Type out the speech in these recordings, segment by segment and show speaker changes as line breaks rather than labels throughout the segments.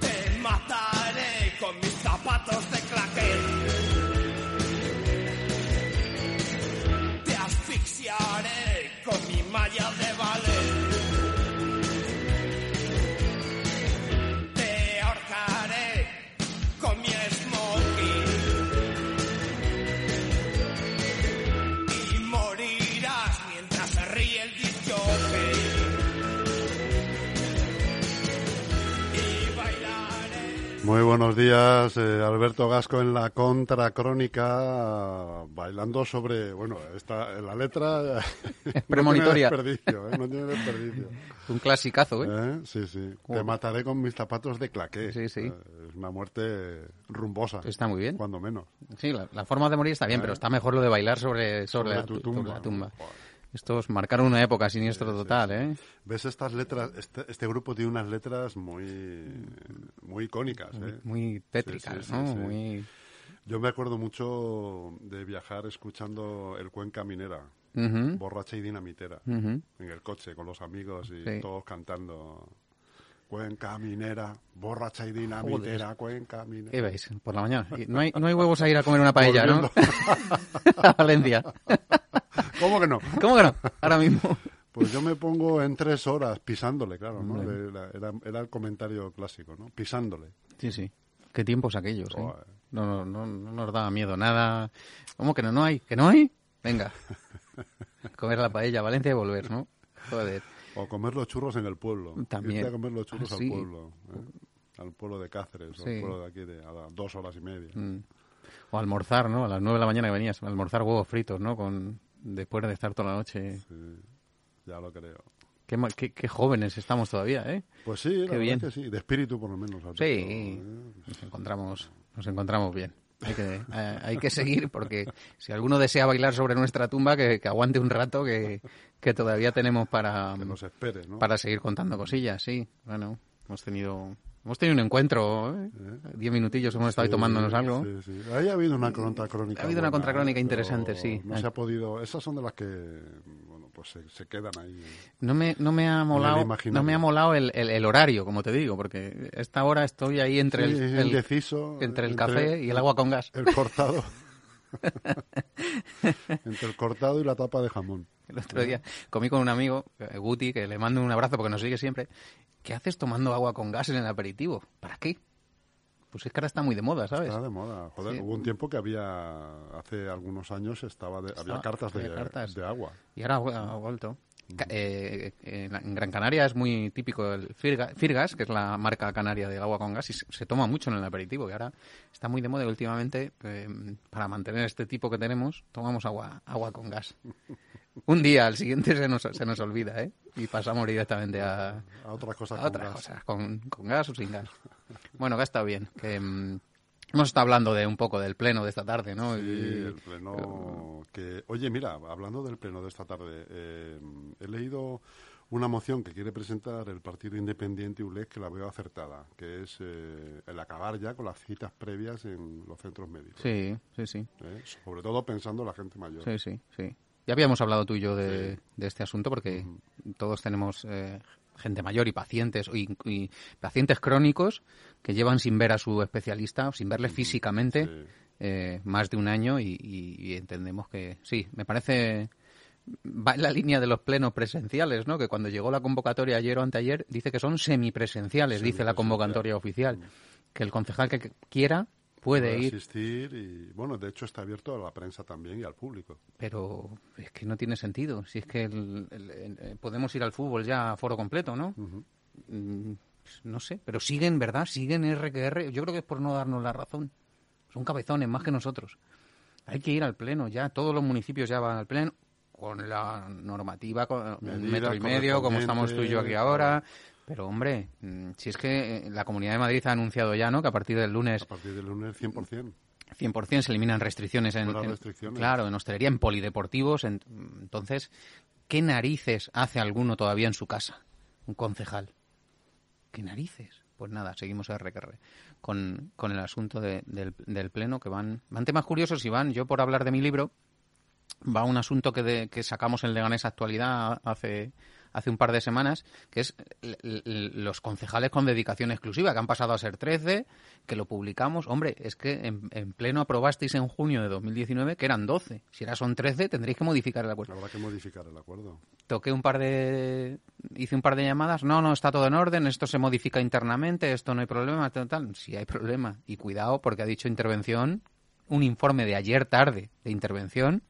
Te mataré con mis zapatos de claquet. Te asfixiaré con mi malla de ballet. Te ahorcaré con mi smoking. Y morirás mientras se ríe el disjockey. Y bailaré.
Muy buenos días, eh, Alberto Gasco en la contracrónica, bailando sobre, bueno, esta, la letra
Es premonitoria.
no tiene desperdicio, ¿eh? no tiene desperdicio.
Un clasicazo, ¿eh?
¿Eh? Sí, sí.
Joder.
Te mataré con mis zapatos de claqué.
Sí, sí.
Eh, Es una muerte rumbosa.
Está muy bien.
Cuando menos.
Sí, la, la forma de morir está bien, pero está mejor lo de bailar sobre, sobre,
Eh. Sobre
la,
tu
tu-
tumba,
la
¿no?
tumba.
Joder.
Estos marcaron una época siniestro total, ¿eh?
¿Ves estas letras? Este, este grupo tiene unas letras muy, muy icónicas. ¿eh?
Muy tétricas,
sí,
¿no?
sí.
Muy...
Yo me acuerdo mucho de viajar escuchando El Cuenca Minera,
Ujú,
borracha y dinamitera,
ujú.
en el coche con los amigos y
Sí.
todos cantando. Cuenca Minera, borracha y dinamitera, Cuenca Minera.
¿Qué veis? Por la mañana. Y No hay, no hay huevos a ir a comer una paella, ¿no? a Valencia.
¿Cómo que no?
¿Cómo que no? Ahora mismo.
Pues yo me pongo en tres horas pisándole, claro, ¿no? Era, era- era el comentario clásico, ¿no? Pisándole.
Sí, sí. Qué tiempos aquellos, ¿eh?
Joder.
No, no, no, no nos daba miedo nada. ¿Cómo que no, no hay? ¿Que no hay? Venga. Comer la paella a Valencia y volver, ¿no? Joder.
O comer los churros en el pueblo.
También.
Irte a comer los churros
Ah,
al
sí.
pueblo. ¿eh? Al pueblo de Cáceres, o al
Sí. Mm.
pueblo de aquí, de, a las dos horas y media.
O almorzar, ¿no? A las nueve de la mañana que venías, almorzar huevos fritos, ¿no? Con Después de estar toda la noche.
Ya lo creo.
Qué, ma- qué- qué jóvenes estamos todavía, ¿eh?
Pues sí, la verdad
bien.
que sí. De espíritu, por lo menos. has
Sí,
dicho, ¿eh?
nos encontramos, nos encontramos bien. Hay que, eh, hay que seguir porque si alguno desea bailar sobre nuestra tumba, que, que aguante un rato, que, que todavía tenemos para,
Que nos espere, ¿no?
para seguir contando cosillas, sí. Bueno, hemos tenido, hemos tenido un encuentro, ¿eh? diez minutillos hemos estado ahí
Sí,
tomándonos algo.
Sí, sí. Ahí ha habido una contracrónica.
Ha habido una contracrónica
pero
interesante, sí. Ah.
No se ha podido. Esas son de las que, bueno, pues se, se quedan ahí.
No me, no me ha molado,
imaginario.
no me ha molado el, el- el horario, como te digo, porque a esta hora estoy ahí entre
Sí,
el,
es
el-
indeciso,
entre el
entre-
café y el agua con gas.
El Eh. cortado. Entre el cortado y la tapa de jamón.
El otro día comí con un amigo, eh, Guti, que le mando un abrazo porque nos sigue siempre. ¿Qué haces tomando agua con gas en el aperitivo? ¿Para qué? Pues es que ahora está muy de moda, ¿sabes?
Está de moda. Joder,
Sí.
hubo un tiempo que había, hace algunos años, estaba de- había
Estaba-
cartas, de,
había cartas.
de agua.
Y ahora ha ha vuelto. Ca- eh, eh, en la- en Gran Canaria es muy típico el Firga- Firgas, que es la marca canaria del agua con gas, y se, se toma mucho en el aperitivo. Y ahora está muy de moda y últimamente, eh, para mantener este tipo que tenemos, tomamos agua, agua con gas. Un día, al siguiente se nos, se nos olvida, ¿eh? Y pasamos directamente a,
A otras cosas.
a
con
otras
gas.
cosas, con, con gas o sin gas. Bueno, que ha estado bien. que, mm, hemos estado hablando de un poco del pleno de esta tarde, ¿no?
Sí,
Y-
el pleno que... Oye, mira, hablando del pleno de esta tarde, eh, he leído una moción que quiere presentar el Partido Independiente ULES que la veo acertada, que es eh, el acabar ya con las citas previas en los centros médicos.
sí, sí, sí.
¿eh? Sobre todo pensando en la gente mayor.
Sí, sí, sí. Ya habíamos hablado tú y yo de, de este asunto porque todos tenemos eh, gente mayor y pacientes y, y pacientes crónicos que llevan sin ver a su especialista, sin verle físicamente,
sí.
eh, más de un año y, y- y entendemos que sí, me parece va en la línea de los plenos presenciales, ¿no? Que cuando llegó la convocatoria ayer o anteayer dice que son semipresenciales, dice la
Semipresencial.
convocatoria oficial, que el concejal que que quiera puede ir
asistir y, bueno, de hecho está abierto a la prensa también y al público.
Pero es que no tiene sentido. Si es que el- el- el- eh, podemos ir al fútbol ya a foro completo, ¿no? Mm, pues No sé, pero siguen, ¿verdad? Siguen RQR. Yo creo que es por no darnos la razón. Son cabezones más que nosotros. Hay que ir al pleno ya. Todos los municipios ya van al pleno con la normativa, con un
Medidas
metro y medio, como estamos tú y yo aquí
correspondientes,
ahora, Pero hombre, mm, si es que eh, la Comunidad de Madrid ha anunciado ya, ¿no? Que a partir del lunes
A partir del lunes 100%.
100% se eliminan restricciones en,
Fuera
en-
restricciones.
claro, en hostelería, en polideportivos, en- entonces ¿qué narices hace alguno todavía en su casa? Un concejal. ¿Qué narices? Pues nada, seguimos a RQR con, con el asunto de- del, del pleno que van van temas curiosos y van yo por hablar de mi libro va un asunto que, de- que sacamos en Leganés Actualidad hace, hace un par de semanas, que es l- l- los concejales con dedicación exclusiva, que han pasado a ser 13, que lo publicamos. Hombre, es que en, en pleno aprobasteis en junio de 2019 que eran 12. Si ahora son 13, tendréis que modificar el acuerdo
Habrá que modificar el acuerdo.
toqué un par de hice un par de llamadas no no está todo en orden esto se modifica internamente esto no hay problema tal tal sí hay problema y cuidado porque ha dicho intervención un informe de ayer tarde de intervención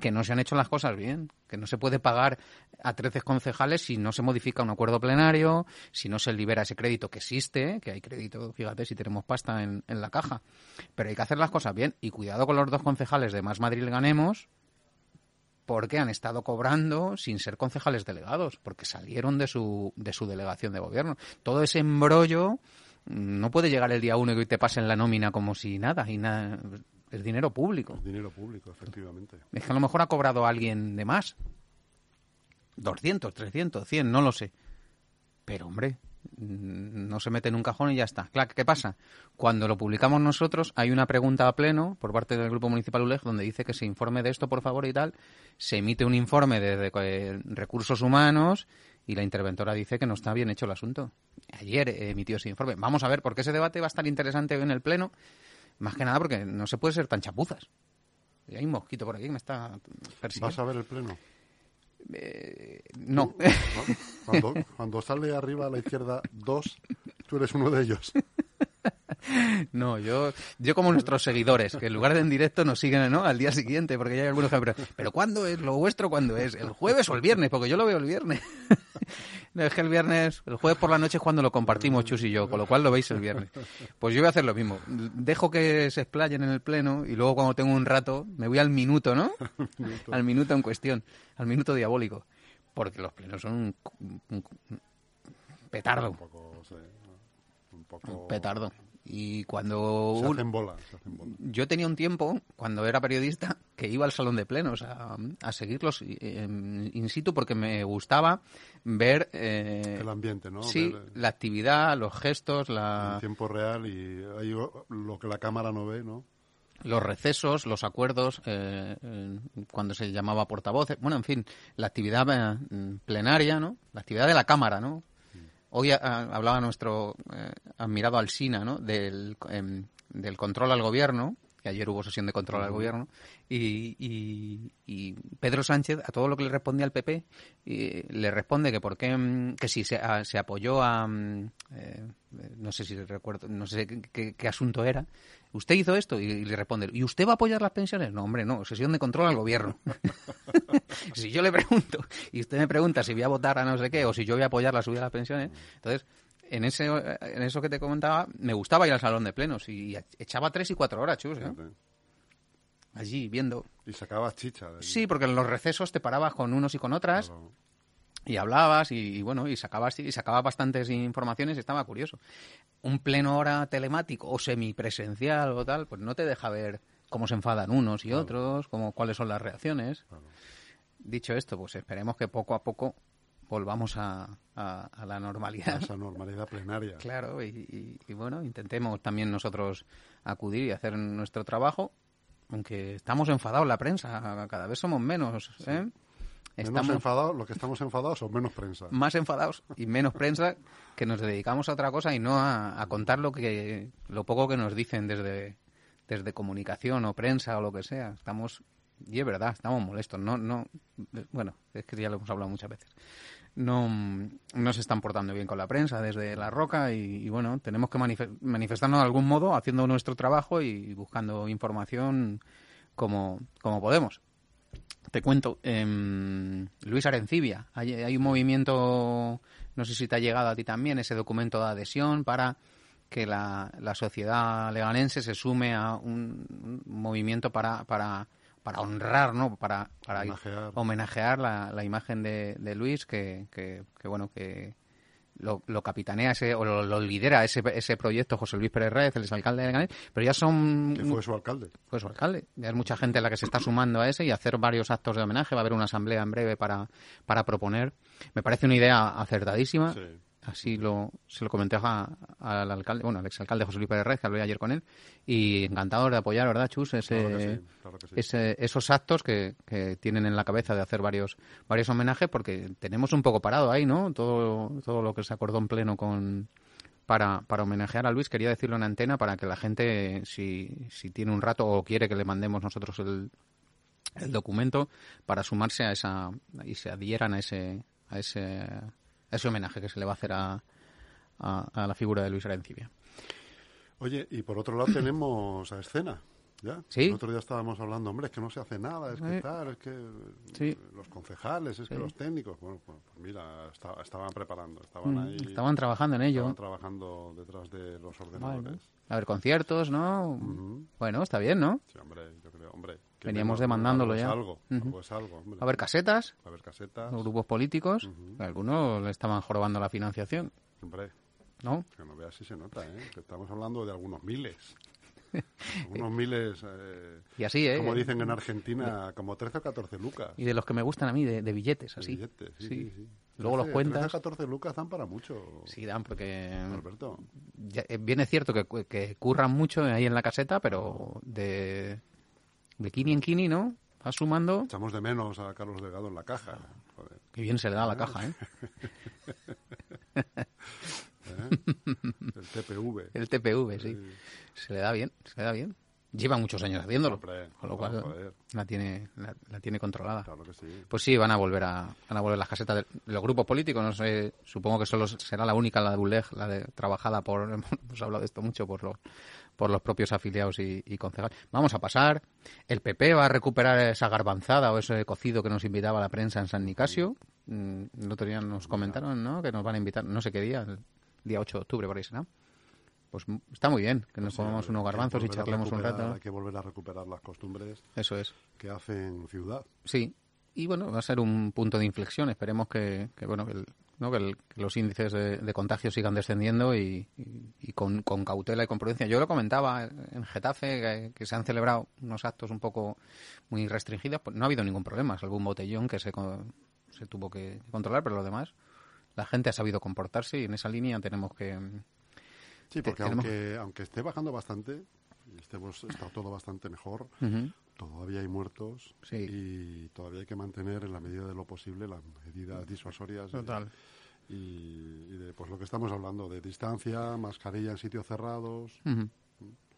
que no se han hecho las cosas bien, que no se puede pagar a 13 concejales si no se modifica un acuerdo plenario, si no se libera ese crédito que existe, que hay crédito, fíjate si tenemos pasta en, en la caja. Pero hay que hacer las cosas bien y cuidado con los dos concejales de Más Madrid Ganemos, porque han estado cobrando sin ser concejales delegados, porque salieron de su, de su delegación de gobierno. Todo ese embrollo mm, no puede llegar el día uno y que te pasen la nómina como si nada, y nada, es dinero público.
Es dinero público, efectivamente.
Es que a lo mejor ha cobrado alguien de más. 200, 300, 100, no lo sé. Pero hombre, mm, no se mete en un cajón y ya está. Claro, ¿qué pasa? Cuando lo publicamos nosotros, hay una pregunta a pleno por parte del Grupo Municipal ULEG donde dice que se informe de esto, por favor, y tal. Se emite un informe de, de, eh, recursos humanos y la interventora dice que no está bien hecho el asunto. Ayer eh, emitió ese informe. Vamos a ver, porque ese debate va a estar interesante hoy en el pleno. Más que nada porque no se puede ser tan chapuzas. Y hay un mosquito por aquí que me está
¿Vas
persiguiendo.
a ver el pleno?
No.
¿No? Cuando, cuando sale arriba a la izquierda dos, tú eres uno de ellos.
No, yo, yo como nuestros seguidores, que en lugar de en directo nos siguen ¿no? al día siguiente, porque ya hay algunos que me preguntan, pero ¿cuándo es lo vuestro? ¿Cuándo es? ¿El jueves o el viernes? Porque yo lo veo el viernes. No, es que el viernes, el jueves por la noche es cuando lo compartimos Chus y yo, con lo cual lo veis el viernes. Pues yo voy a hacer lo mismo. Dejo que se explayen en el pleno y luego cuando tengo un rato me voy al minuto, ¿no? Al minuto en cuestión, al minuto diabólico. Porque los plenos son un, un- un petardo,
Un poco, sí, un poco...
un petardo. Y cuando
Se
un-
hacen bola, se hacen bola.
yo tenía un tiempo, cuando era periodista, que iba al salón de plenos a, a seguirlos eh, in situ porque me gustaba ver... eh,
El ambiente, ¿no?
Sí,
Ver, eh,
la actividad, los gestos,
en
la-
tiempo real y ahí o- lo que la cámara no ve, ¿no?
los recesos, los acuerdos, eh, eh, cuando se llamaba portavoces, bueno, en fin, la actividad eh, mm, plenaria, ¿no? La actividad de la Cámara, ¿no? Hoy ah, ah, hablaba nuestro eh, admirado Alsina, ¿no? Del, em, del control al gobierno, que ayer hubo sesión de control al gobierno, y, y- y Pedro Sánchez, a todo lo que le respondía al PP, y eh, le responde que por qué, mm, que si se, a- se apoyó a, mm, eh, no sé si recuerdo, no sé qué, qué- qué asunto era, usted hizo esto, y, y le responde, ¿y usted va a apoyar las pensiones? No, hombre, no, sesión de control al gobierno. si yo le pregunto y usted me pregunta si voy a votar a no sé qué o si yo voy a apoyar la subida de las pensiones, entonces en ese en eso que te comentaba me gustaba ir al salón de plenos y echaba tres y cuatro horas, chus, ¿eh? allí viendo.
Y sacabas chicha. de allí.
Sí, porque en los recesos te parabas con unos y con otras
Claro.
y hablabas y, y bueno y sacabas y sacabas bastantes informaciones y estaba curioso un pleno ahora telemático o semipresencial o tal pues no te deja ver cómo se enfadan unos y otros cómo cuáles son las reacciones dicho esto pues esperemos que poco a poco volvamos a, a- a la normalidad
Esa normalidad plenaria.
claro y, y- y bueno intentemos también nosotros acudir y hacer nuestro trabajo aunque estamos enfadados la prensa cada vez somos menos ¿eh?
Menos enfadados, los que estamos enfadados son menos prensa.
más enfadados y menos prensa que nos dedicamos a otra cosa y no a, a contar lo que lo poco que nos dicen desde desde comunicación o prensa o lo que sea estamos y es verdad estamos molestos no no bueno es que ya lo hemos hablado muchas veces no, no se están portando bien con la prensa desde la roca y, y bueno tenemos que manife- manifestarnos de algún modo haciendo nuestro trabajo y buscando información como como podemos te cuento, em, Luis Arencibia, hay, hay un movimiento, no sé si te ha llegado a ti también, ese documento de adhesión para que la, la sociedad leganense se sume a un, un movimiento para, para, para honrar, ¿no? Para, para
Homenajear.
homenajear la, la imagen de, de Luis, que, que- que, bueno, que lo, lo capitanea ese, o lo, lo lidera ese, ese proyecto José Luis Pérez Reyes, el exalcalde de Leganés, pero ya son...
que fue su alcalde.
Pues su alcalde. Ya es mucha gente la que se está sumando a ese y hacer varios actos de homenaje. Va a haber una asamblea en breve para, para proponer. Me parece una idea acertadísima.
Sí.
Así lo, se lo comenté a- al alcalde, bueno, al exalcalde José Luis Pérez Reyes, que hablé ayer con él, y encantador de apoyar, ¿verdad, Chus? Ese,
Claro que sí, claro que sí.
ese- esos actos que, que tienen en la cabeza de hacer varios, varios homenajes, porque tenemos un poco parado ahí, ¿no? Todo, todo lo que se acordó en pleno con para, para homenajear a Luis, quería decirlo en antena para que la gente, si, si tiene un rato o quiere que le mandemos nosotros el, el documento para sumarse a esa y se adhieran a ese a ese, a ese homenaje que se le va a hacer a, a- a la figura de Luis Arencibia.
Oye, y por otro lado tenemos a escena. ¿Ya?
Sí.
El otro día estábamos hablando, hombre, es que no se hace nada, es que
Eh.
tal, es que
Sí.
los concejales, es que
Sí.
los técnicos. Bueno, pues pues mira, esta- estaban preparando, estaban ahí.
Mm, Estaban trabajando en ello.
estaban trabajando detrás de los ordenadores. Mm,
Bueno, a ver, conciertos, ¿no? Bueno, está bien, ¿no?
Sí, hombre, yo creo, hombre. que
Veníamos
tengo-
demandándolo
algo es
ya.
Algo, algo es algo, hombre.
A ver, casetas,
A ver, casetas.
los grupos políticos, algunos le estaban jorobando la financiación,
Hombre,
¿no?
que no veas si se nota, ¿eh? Que estamos hablando de algunos miles. Algunos miles. eh,
Y así, ¿eh?
Como dicen en Argentina, como 13 o 14 lucas.
Y de los que me gustan a mí, de, de billetes,
de
así.
billetes, sí, sí, sí.
Luego los
13,
cuentas.
13 o 14 lucas dan para mucho,
Sí, dan, porque
Alberto.
ya- eh, bien es cierto que, cu- que curran mucho ahí en la caseta, pero de, de kini en kini, ¿no? Va sumando.
Echamos de menos a Carlos Delgado en la caja. joder,
Qué bien se le da a la caja, ¿eh?
el TPV.
El TPV, sí. Se le da bien, se le da bien. Lleva muchos años haciéndolo,
Hombre,
con lo
no,
cual
joder.
la tiene, la, la tiene controlada.
Claro que sí.
Pues sí, van a volver a, van a volver las casetas de los grupos políticos. No sé, supongo que solo será la única, la de ULEG, la de, trabajada por, hemos hablado de esto mucho, por los, por los propios afiliados y, y concejales. Vamos a pasar. El PP va a recuperar esa garbanzada o ese cocido que nos invitaba la prensa en San Nicasio. Mm, El otro día nos comentaron, ¿no? Que nos van a invitar, no sé qué día, el día 8 de octubre, por ahí será. Pues mm, está muy bien, que nos comamos unos
Hay que
garbanzos y
volver a
charlemos un
recuperar-
rato.
Hay que volver a recuperar las costumbres
Eso es.
que hacen ciudad.
Sí, y bueno, va a ser un punto de inflexión. Esperemos que, que, bueno, que, el- ¿no? que el- que los índices de, de contagio sigan descendiendo y, y- y con, con cautela y con prudencia. Yo lo comentaba en Getafe, que, que se han celebrado unos actos un poco muy restringidos. Pues no ha habido ningún problema, es algún botellón que se, co- se tuvo que controlar, pero lo demás, la gente ha sabido comportarse y en esa línea tenemos que...
Sí, porque
tenemos-
aunque, aunque esté bajando bastante, y estemos, está todo bastante mejor,
Ujú.
todavía hay muertos
Sí.
y todavía hay que mantener en la medida de lo posible las medidas disuasorias. de- Y, y de pues, lo que estamos hablando, de distancia, mascarilla en sitios cerrados.
Ujú.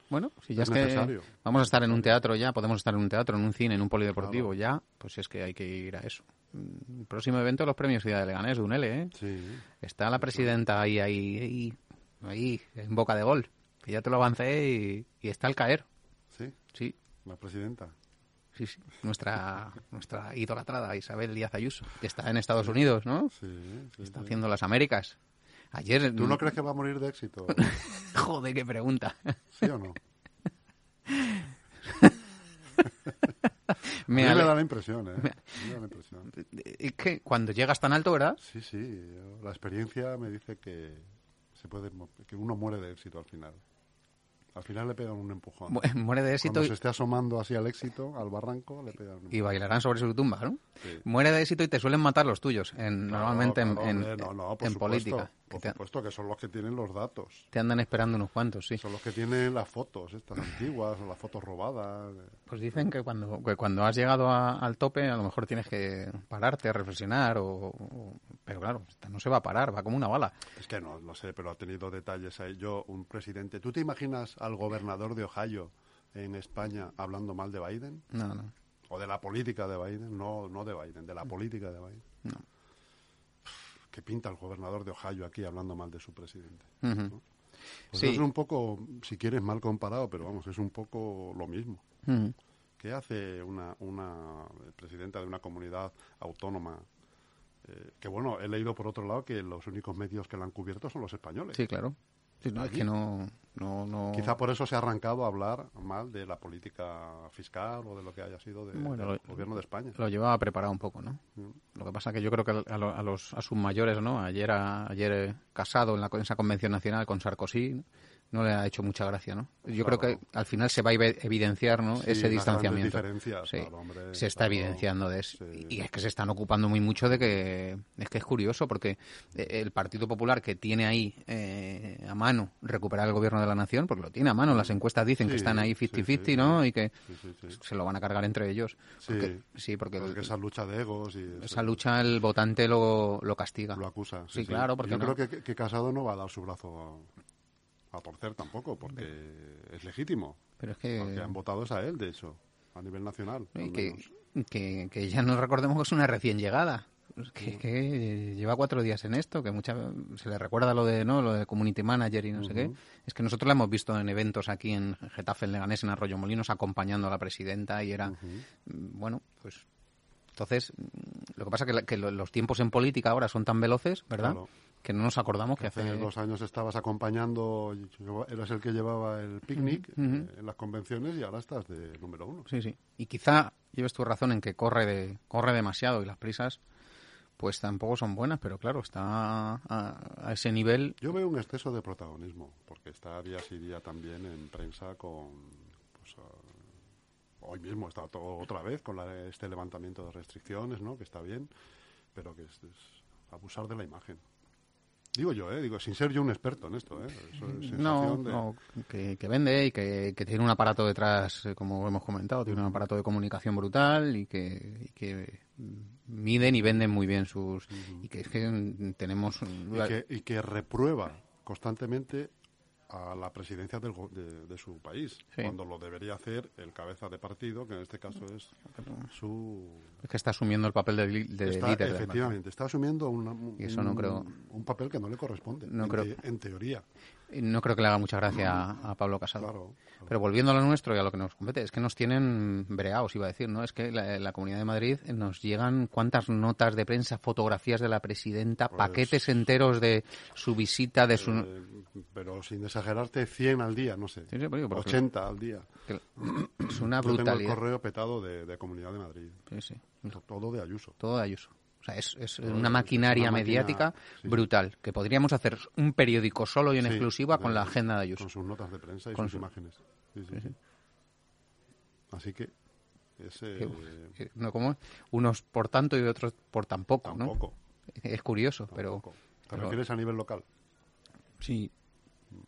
Bueno, si ya
Es
es, que
necesario.
vamos a estar en un teatro ya, podemos estar en un teatro, en un cine, en un polideportivo ya, pues es que hay que ir a eso. Mm, Próximo evento, los premios Ciudad de Leganés, de UNEL, ¿eh?
Sí.
Está la presidenta ahí, ahí, ahí, ahí, en boca de gol, que ya te lo avancé y, y está al caer,
Sí,
sí,
la presidenta.
sí, sí. Nuestra, nuestra idolatrada Isabel Díaz Ayuso, que está en Estados Unidos, ¿no?
Sí, sí,
Está
sí.
haciendo las Américas. Ayer...
¿Tú no crees que va a morir de éxito?
Joder, qué pregunta.
¿Sí o no? a mí
Me
me
ale-
da la impresión, ¿eh? Me da la impresión.
Es que cuando llegas tan alto, ¿verdad?
Sí, sí. yo- La experiencia me dice que se puede, mo- que uno muere de éxito al final. Al final le pegan un empujón.
Mu- Muere de éxito
Cuando
y,
se esté asomando así al éxito, al barranco, le pegan un empujón.
y bailarán sobre su tumba, ¿no?
Sí.
Muere de éxito y te suelen matar los tuyos, en-
Claro,
normalmente en-
claro,
en,
hombre, no, no, por
en
supuesto,
política.
Por
que te,
supuesto que son los que tienen los datos.
te andan esperando unos cuantos, sí.
Son los que tienen las fotos, estas antiguas, o las fotos robadas.
Pues dicen que cuando, que cuando has llegado a- al tope, a lo mejor tienes que pararte, reflexionar, o, o- pero claro, esta no se va a parar, va como una bala.
Es que no, no sé, pero ha tenido detalles ahí. Yo, un presidente. ¿Tú te imaginas al gobernador de Ohio en España hablando mal de Biden?
No, no.
¿O de la política de Biden? No, no de Biden, de la política de Biden. ¿Qué pinta el gobernador de Ohio aquí hablando mal de su presidente?
Ujú.
¿No? Pues
Sí.
es un poco, si quieres, mal comparado, pero vamos, es un poco lo mismo.
Ujú.
¿Qué hace una, una presidenta de una comunidad autónoma? Eh, que bueno, he leído por otro lado que los únicos medios que la han cubierto son los españoles.
Sí, claro. Sí, no, es que no, No, no...
Quizá por eso se ha arrancado a hablar mal de la política fiscal o de lo que haya sido de-
Bueno,
del
lo-
gobierno de España.
Lo llevaba preparado un poco, ¿no?
Mm.
Lo que pasa que yo creo que a, lo- a los, a sus mayores, ¿no? Ayer, a- ayer eh, casado en, la, con esa convención nacional con Sarkozy, ¿no? no le ha hecho mucha gracia, ¿no? Yo
Claro.
creo que al final se va a ev- evidenciar, ¿no?
Sí,
Ese
las
distanciamiento.
grandes diferencias,
Sí.
claro, hombre,
se está
claro.
evidenciando de eso.
Sí.
Y es que se están ocupando muy mucho de que... Es que es curioso porque eh, el Partido Popular que tiene ahí eh, a mano recuperar el gobierno de la nación, porque lo tiene a mano, las encuestas dicen que
Sí,
están ahí
sí,
50-50,
sí.
¿no? Y que
Sí, sí, sí.
se lo van a cargar entre ellos.
Sí.
Porque- sí, porque,
Porque
el-
esa lucha de egos y eso
esa lucha el votante lo, lo castiga.
lo acusa.
Sí, claro, porque
yo
no-
creo que, que Casado no va a dar su brazo a, a torcer tampoco, porque es legítimo.
Pero es que, eh,
Porque han votado es a él, de hecho, a nivel nacional.
y
al
que,
menos.
que- que ya nos recordemos que es una recién llegada. Que, que lleva cuatro días en esto, que mucha, se le recuerda lo de no lo de community manager y no sé qué. Es que nosotros la hemos visto en eventos aquí en Getafe, en Leganés, en Arroyo Molinos, acompañando a la presidenta y era, mm, bueno, pues... Entonces, mm, lo que pasa es que, la- que lo- los tiempos en política ahora son tan veloces, ¿verdad?
Claro.
Que no nos acordamos que,
Hace
hace...
dos años estabas acompañando, y yo- eras el que llevaba el picnic eh, en las convenciones y ahora estás de número uno.
Sí, sí. Y quizá lleves tu razón en que corre de, corre demasiado y las prisas pues tampoco son buenas, pero claro, está a, a ese nivel.
Yo veo un exceso de protagonismo, porque está día sí día también en prensa con... pues, ah, hoy mismo está todo otra vez con la- este levantamiento de restricciones, ¿no? Que está bien, pero que es, es abusar de la imagen. Digo yo, ¿eh? Digo, sin ser yo un experto en esto, ¿eh? Eso es sensación
No,
de-
no, que, que vende y que, que tiene un aparato detrás, eh, como hemos comentado, tiene un aparato de comunicación brutal y que, y que miden y venden muy bien sus... Y que es que mm, tenemos...
y, que, y que reprueba constantemente a la presidencia del go- de, de su país,
Sí.
cuando lo debería hacer el cabeza de partido, que en este caso es su...
es que está asumiendo el papel de, li- de
está,
líder. del partido.
efectivamente, está asumiendo una- un,
Y eso no creo-
un papel que no le corresponde,
No
en,
creo-
te- en teoría.
Y No creo que le haga mucha gracia a, a Pablo Casado.
Claro, claro.
Pero volviendo a lo nuestro y a lo que nos compete, es que nos tienen breados, iba a decir, ¿no? Es que la, la Comunidad de Madrid nos llegan cuántas notas de prensa, fotografías de la presidenta, paquetes enteros de su visita, de su...
Pues Eh, pero sin exagerarte, 100 al día, no sé,
Sí, sí, pero porque-
80 al día.
que- es una
Yo tengo el
brutalidad.
correo petado de, de Comunidad de Madrid,
Sí, sí.
todo de Ayuso.
Todo de Ayuso. O sea, es, es
de
una
Ayuso,
maquinaria
una máquina-
mediática
sí.
brutal, que podríamos hacer un periódico solo y en
Sí,
exclusiva con
de-
la agenda de Ayuso.
Con sus notas de prensa y
Con
sus
su-
imágenes. Sí, sí, sí. Así que ese eh,
Que, uf, que no, como unos por tanto y otros por tampoco, ¿no?
tampoco.
Es curioso,
tampoco.
pero...
¿Te
pero-
refieres a nivel local?
Sí,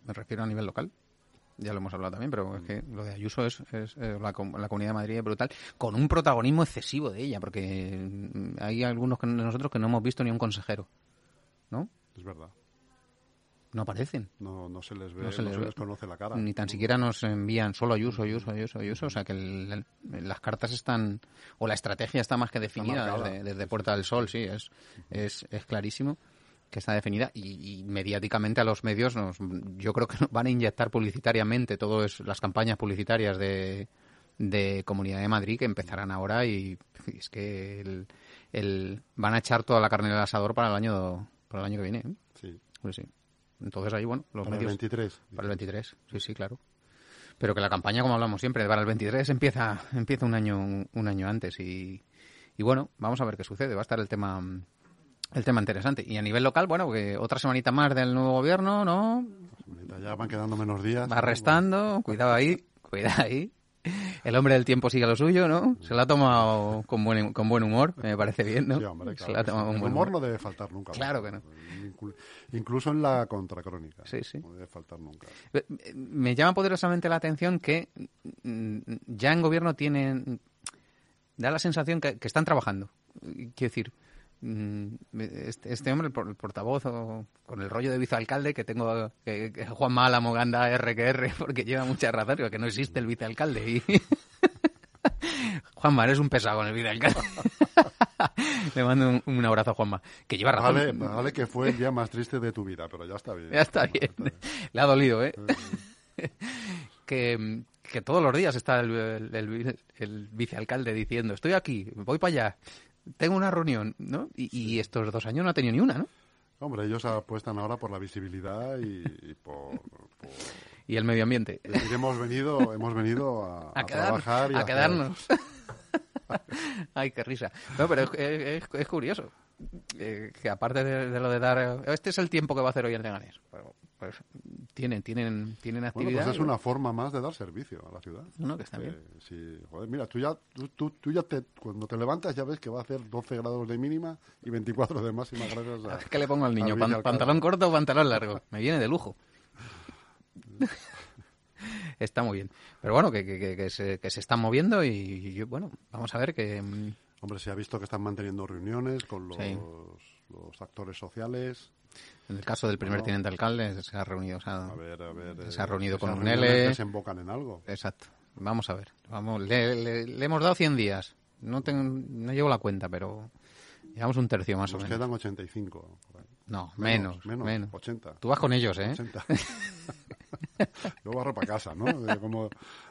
me refiero a nivel local. Ya lo hemos hablado también, pero es que lo de Ayuso es, es, eh, la, com- la Comunidad de Madrid es brutal, con un protagonismo excesivo de ella, porque mm, hay algunos que- de nosotros que no hemos visto ni un consejero, ¿no?
Es verdad.
No aparecen.
No, no se les ve,
No
no
se
se,
les ve.
les conoce la cara.
Ni tan siquiera nos envían solo Ayuso, Ayuso, Ayuso, Ayuso. O sea que el- el- las cartas están, o la estrategia está más que definida
marcada.
desde, desde Puerta del Sol, sí, es, es, es clarísimo que está definida y, y mediáticamente a los medios nos, yo creo que nos van a inyectar publicitariamente todas las campañas publicitarias de, de Comunidad de Madrid que empezarán ahora y es que el, el- van a echar toda la carne del asador para el año, para el año que viene. ¿eh?
Sí.
Pues sí. Entonces ahí, bueno, los
Para el
medios...
23.
Para el 23, sí, sí, claro. Pero que la campaña, como hablamos siempre, para el 23 empieza, empieza un año, un año antes y, y bueno, vamos a ver qué sucede. Va a estar el tema, el tema interesante. Y a nivel local, bueno, que otra semanita más del nuevo gobierno, ¿no?
Ahorita Ya van quedando menos días. pues
Va restando, cuidado ahí, cuidado ahí. El hombre del tiempo sigue lo suyo, ¿no? Se lo ha tomado con buen, con buen humor, me parece bien, ¿no?
Sí, hombre, claro
Se lo ha
que sí.
tomado con
El
buen
humor
humor.
no debe faltar nunca.
Claro que no.
Inclu- Incluso en la contracrónica.
Sí, sí.
No debe faltar nunca.
Eh, Me llama poderosamente la atención que mm, ya en gobierno tienen. Da la sensación que, que están trabajando. Eh, Quiero decir, mm, este, este hombre, el, por- el portavoz, o con el rollo de vicealcalde, que tengo. Que, que Juan Málamo, Ganda, R que R, porque lleva mucha razón, porque no existe el vicealcalde. Y... Juanma, eres un pesado con el vicealcalde. Le mando un, un abrazo a Juanma, que lleva razón.
Vale, vale que fue el día más triste de tu vida, pero ya está bien.
Ya está bien. Le ha dolido, ¿eh? que, que todos los días está el, el- el- el vicealcalde diciendo, estoy aquí, voy para allá, tengo una reunión, ¿no? Y, y estos dos años no ha tenido ni una, ¿no?
Hombre, ellos apuestan ahora por la visibilidad y, y por, por-
Y y el medio ambiente.
Es decir, hemos venido, hemos venido a,
A,
a
quedar-
trabajar y
a
hacer-
quedarnos. Ay, qué risa. No, pero es, es- es curioso. eh, que aparte de, de lo de dar. eh, Este es el tiempo que va a hacer hoy el Leganés. Pero, pues, tienen, tienen, tienen
Bueno,
actividad.
pues es
y-
una forma más de dar servicio a la ciudad.
No, no, que está bien.
Eh, sí, joder, mira, tú ya, tú, tú- tú ya te, cuando te levantas ya ves que va a hacer 12 grados de mínima y 24 de máxima gracias
A
a...
ver ¿Qué le pongo al niño?
al
¿Pan-
Villalcalá.
¿Pantalón corto o pantalón largo? Me viene de lujo. Está muy bien. Pero bueno, que, que- que- que se, que se están moviendo y, y yo- bueno, vamos a ver que... mm,
Hombre, se ha visto que están manteniendo reuniones con los,
Sí.
los actores sociales.
En el caso del primer
No.
teniente alcalde se ha reunido, o sea,
A ver, a ver... eh,
Se ha reunido
esas
con un
reuniones
L.
desembocan en algo.
Exacto. Vamos a ver. Vamos, le, le- le hemos dado 100 días. No, ten- no llevo la cuenta, pero llevamos un tercio más
Nos
o menos.
quedan 85. por ahí.
No, menos, menos,
menos, 80.
Tú vas con ellos, ¿eh?
80. Yo barro para casa, ¿no? Eh, Como...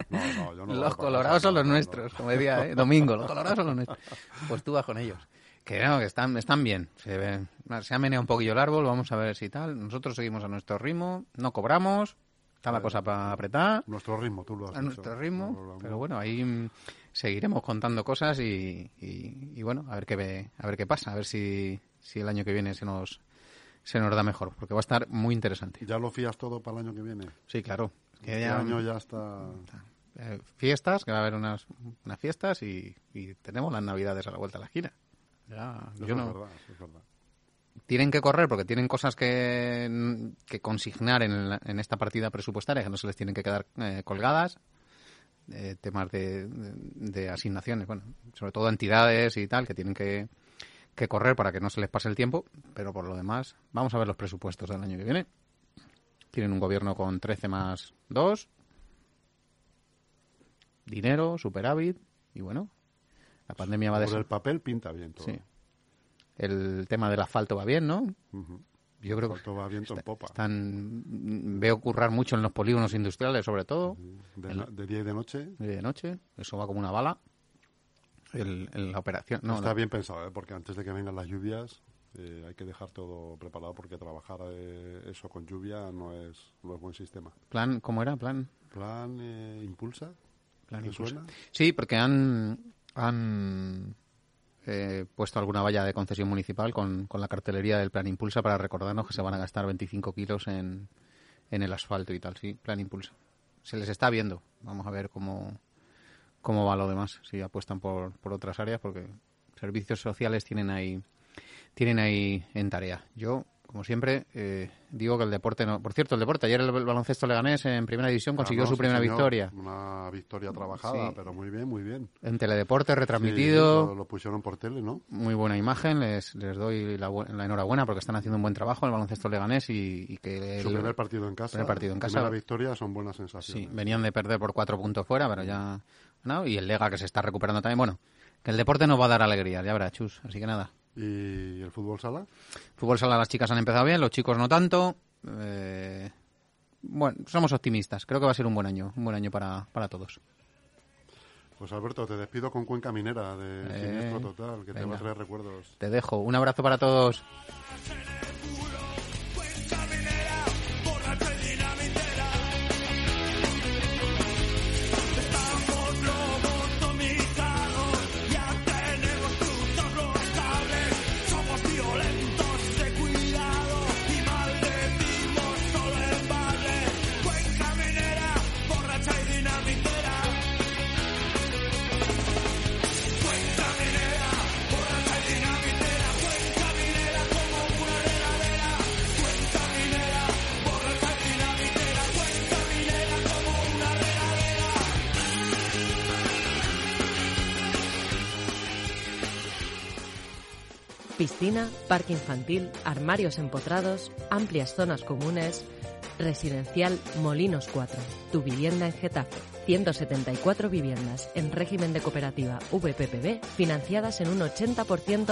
No, no, yo no barro
Los
pa'
colorados
casa,
son
no,
los
no, no.
nuestros, como decía ¿eh? Domingo, los colorados son los nuestros. Pues tú vas con ellos. Que no, que están, están bien. Se, ven- se ha meneado un poquillo el árbol, vamos a ver si tal. Nosotros seguimos a nuestro ritmo, no cobramos, está la cosa para apretar,
Nuestro ritmo, tú lo has
a
dicho.
nuestro
No, no,
ritmo.
no.
Pero bueno, ahí mm, seguiremos contando cosas y, y- y bueno, a ver qué, ve- a ver qué pasa, a ver si, si el año que viene se nos, se nos da mejor, porque va a estar muy interesante.
¿Ya lo fías todo para el año que viene?
Sí, claro. Es que
Este
ya-
año ya está...
eh, fiestas, que va a haber unas, unas fiestas y, y tenemos las navidades a la vuelta de la esquina. Ya,
Eso
yo
es
no-
verdad, eso es verdad.
Tienen que correr porque tienen cosas que, que consignar en, la- en esta partida presupuestaria que no se les tienen que quedar eh, colgadas. Eh, temas de, de- de asignaciones, bueno, sobre todo entidades y tal, que tienen que, que correr para que no se les pase el tiempo, pero por lo demás, vamos a ver los presupuestos del año que viene. Tienen un gobierno con 13 más 2, dinero, superávit, y bueno, la pandemia va a
Por el
desaparecer.
papel pinta bien todo.
Sí. El tema del asfalto va bien, ¿no?
Ujú.
Yo creo que
Todo va viento en popa.
están, mm, veo currar mucho en los polígonos industriales, sobre todo,
De, no- de día y de noche.
y de noche. Eso va como una bala. El, el- la operación. No,
Está
la-
bien pensado, ¿eh? porque antes de que vengan las lluvias eh, hay que dejar todo preparado porque trabajar eh, eso con lluvia no es, no es buen sistema.
plan, ¿cómo era? Plan.
¿Plan eh, Impulsa?
plan
¿Te
incluso.
suena?
Sí, porque han, han eh, puesto alguna valla de concesión municipal con, con la cartelería del Plan Impulsa para recordarnos que se van a gastar 25 kilos en, en el asfalto y tal. Sí, Plan Impulsa. Se les está viendo. Vamos a ver cómo, cómo va lo demás. Si apuestan por, por otras áreas, porque servicios sociales tienen ahí, tienen ahí en tarea. Yo. Como siempre, eh, digo que el deporte no. Por cierto, el deporte. Ayer el baloncesto leganés en primera división consiguió
Ah, no,
su
sí,
primera
señor.
victoria.
Una victoria trabajada,
Sí.
pero muy bien, muy bien.
En teledeporte
Sí,
retransmitido.
lo- lo pusieron por tele, ¿no?
Muy buena imagen, les, les doy la, bu- la enhorabuena porque están haciendo un buen trabajo en el baloncesto leganés y, y que
Su
el-
primer partido en casa.
primer partido en casa.
Primera victoria son buenas
sí,
sensaciones.
venían de perder por cuatro puntos fuera, pero ya ¿no? y el Lega que se está recuperando también. Bueno, que el deporte nos va a dar alegría, ya verás, chus. Así que nada,
¿Y el fútbol sala?
fútbol sala las chicas han empezado bien, los chicos no tanto. Eh, bueno, somos optimistas. Creo que va a ser un buen año, un buen año para, para todos.
Pues Alberto, te despido con Cuenca Minera de
Eh,
Siniestro Total, que te va
venga.
a traer recuerdos.
Te dejo. Un abrazo para todos.
Piscina, parque infantil, armarios empotrados, amplias zonas comunes. Residencial Molinos 4, tu vivienda en Getafe. 174 viviendas en régimen de cooperativa VPPB financiadas en un 80%